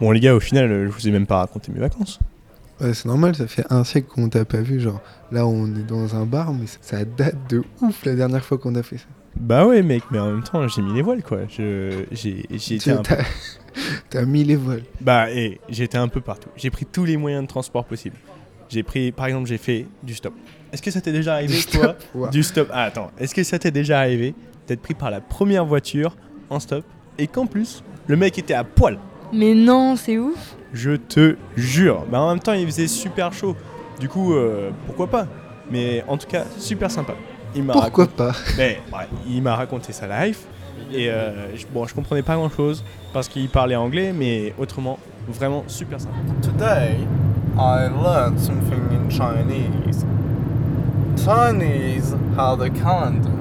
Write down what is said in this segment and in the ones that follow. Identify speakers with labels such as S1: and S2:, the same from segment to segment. S1: Bon, les gars, au final, euh, je vous ai même pas raconté mes vacances.
S2: Ouais, c'est normal, ça fait un siècle qu'on t'a pas vu. Genre, là, on est dans un bar, mais ça- ça date de ouf la dernière fois qu'on a fait ça.
S1: Bah ouais, mec, mais en même temps, j'ai mis les voiles, quoi. Je- J'ai j'ai été
S2: Tu-
S1: un peu...
S2: T'as t'as mis les voiles.
S1: Bah, et j'étais un peu partout. J'ai pris tous les moyens de transport possibles. J'ai pris, par exemple, j'ai fait du stop. Est-ce que ça t'est déjà arrivé,
S2: Du
S1: toi
S2: Ouah.
S1: Du stop. Ah, attends. Est-ce que ça t'est déjà arrivé d'être pris par la première voiture en stop et qu'en plus, le mec était à poil
S3: Mais non, c'est ouf.
S1: Je te jure. Bah en même temps, il faisait super chaud. Du coup, euh, pourquoi pas Mais en tout cas, super sympa. Il m'a
S2: Pourquoi
S1: raconté-
S2: pas
S1: mais, ouais, il m'a raconté sa life et euh, je, bon, je comprenais pas grand chose parce qu'il parlait anglais, mais autrement, vraiment super sympa.
S4: Today, I learned something in Chinese. Chinese had a calendar.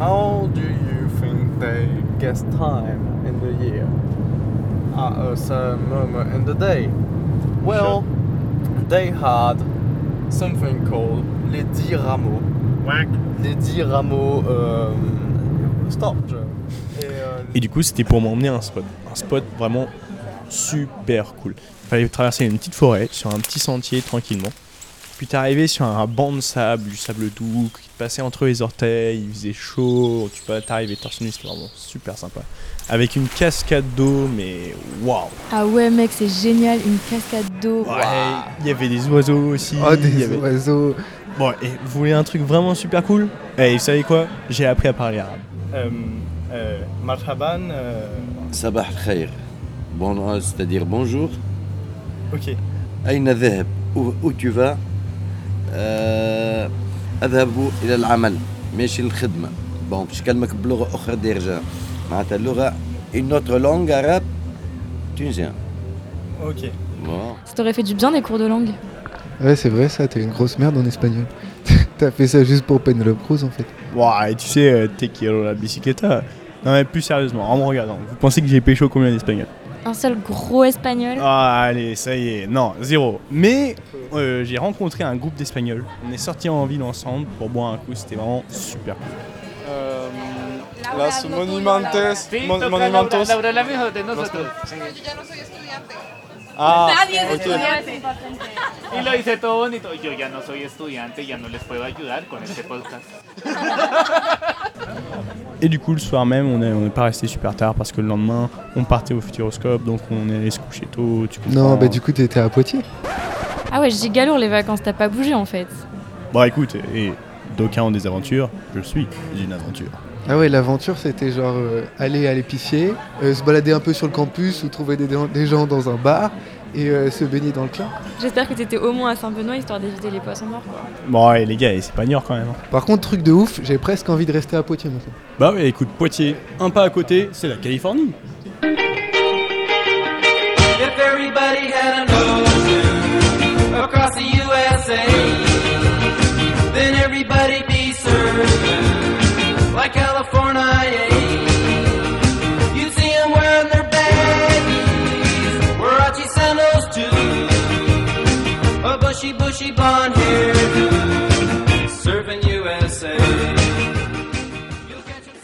S4: How do you think they guess time in the year? At a certain moment in the day? Well, they had something called les dix rameaux. Les dix rameaux. euh, stop. je- Et, euh,
S1: Et du coup, c'était pour m'emmener à un spot. Un spot vraiment super cool. Fallait traverser une petite forêt sur un petit sentier tranquillement. Puis t'es arrivé sur un banc de sable, du sable doux, qui te passait entre les orteils, il faisait chaud, tu peux t'arriver torse nu, c'était vraiment super sympa. Avec une cascade d'eau, mais waouh!
S3: Ah ouais, mec, c'est génial, une cascade d'eau.
S1: Ouais, il y avait des oiseaux aussi.
S2: Oh,
S1: il y
S2: des
S1: avait-
S2: oiseaux.
S1: Bon, et vous voulez un truc vraiment super cool Et vous savez quoi J'ai appris à parler arabe.
S4: euh, euh, marhaban. euh,
S5: صباح الخير بون c'est-à-dire bonjour
S4: Ok.
S5: أين ذهب Où- où tu vas آه، أذهب إلى العمل ماشي للخدمة بون باش نكلمك بلغة أخرى دارجة معناتها اللغة une autre langue arabe tunisien
S4: Ok.
S5: bon
S3: Ça t'aurait fait du bien des cours de langue.
S2: Ouais, c'est vrai, ça, t'es une grosse merde en espagnol. T'as fait ça juste pour Penelope Cruz en fait.
S1: Ouah, et tu sais, euh, te quiero la bicicleta. Non, mais plus sérieusement, en me regardant, vous pensez que j'ai pécho combien d'espagnols
S3: Un seul gros espagnol.
S1: Ah, allez, ça y est, non, zéro. Mais euh, j'ai rencontré un groupe d'espagnols. On est sortis en ville ensemble pour boire un coup, c'était vraiment super cool.
S4: Euh, las monumentos. mon- monumentos.
S6: la mejor de nosotros.
S4: Ah, ok.
S6: Y lo hice todo bonito. Yo ya no soy estudiante, ya no les puedo ayudar con este podcast.
S1: Et du coup, le soir même, on est- on n'est pas resté super tard parce que le lendemain, on partait au Futuroscope, donc on allait se coucher tôt. Tu
S2: Non,
S1: comprends.
S2: bah du coup, t'étais à Poitiers.
S3: Ah ouais, giga lourd les vacances, t'as pas bougé en fait.
S1: Bon, écoute, et d'aucuns ont des aventures, je suis une aventure.
S2: Ah ouais, l'aventure, c'était genre euh, aller à l'épicier, euh, se balader un peu sur le campus ou trouver des, des gens dans un bar et euh, se baigner dans le clin.
S3: J'espère que t'étais au moins à Saint-Benoît histoire d'éviter les poissons morts quoi.
S1: Bon, ouais, les gars, et c'est pas niort quand même. hein.
S2: Par contre, truc de ouf, j'ai presque envie de rester à Poitiers maintenant.
S1: Bah, ouais, écoute, Poitiers, un pas à côté, c'est la Californie.
S7: If everybody had an ocean across the USA, then everybody'd be surfing like California. You'd see 'em wearing their baggies, Warachi sandals too, a bushy, bushy blonde.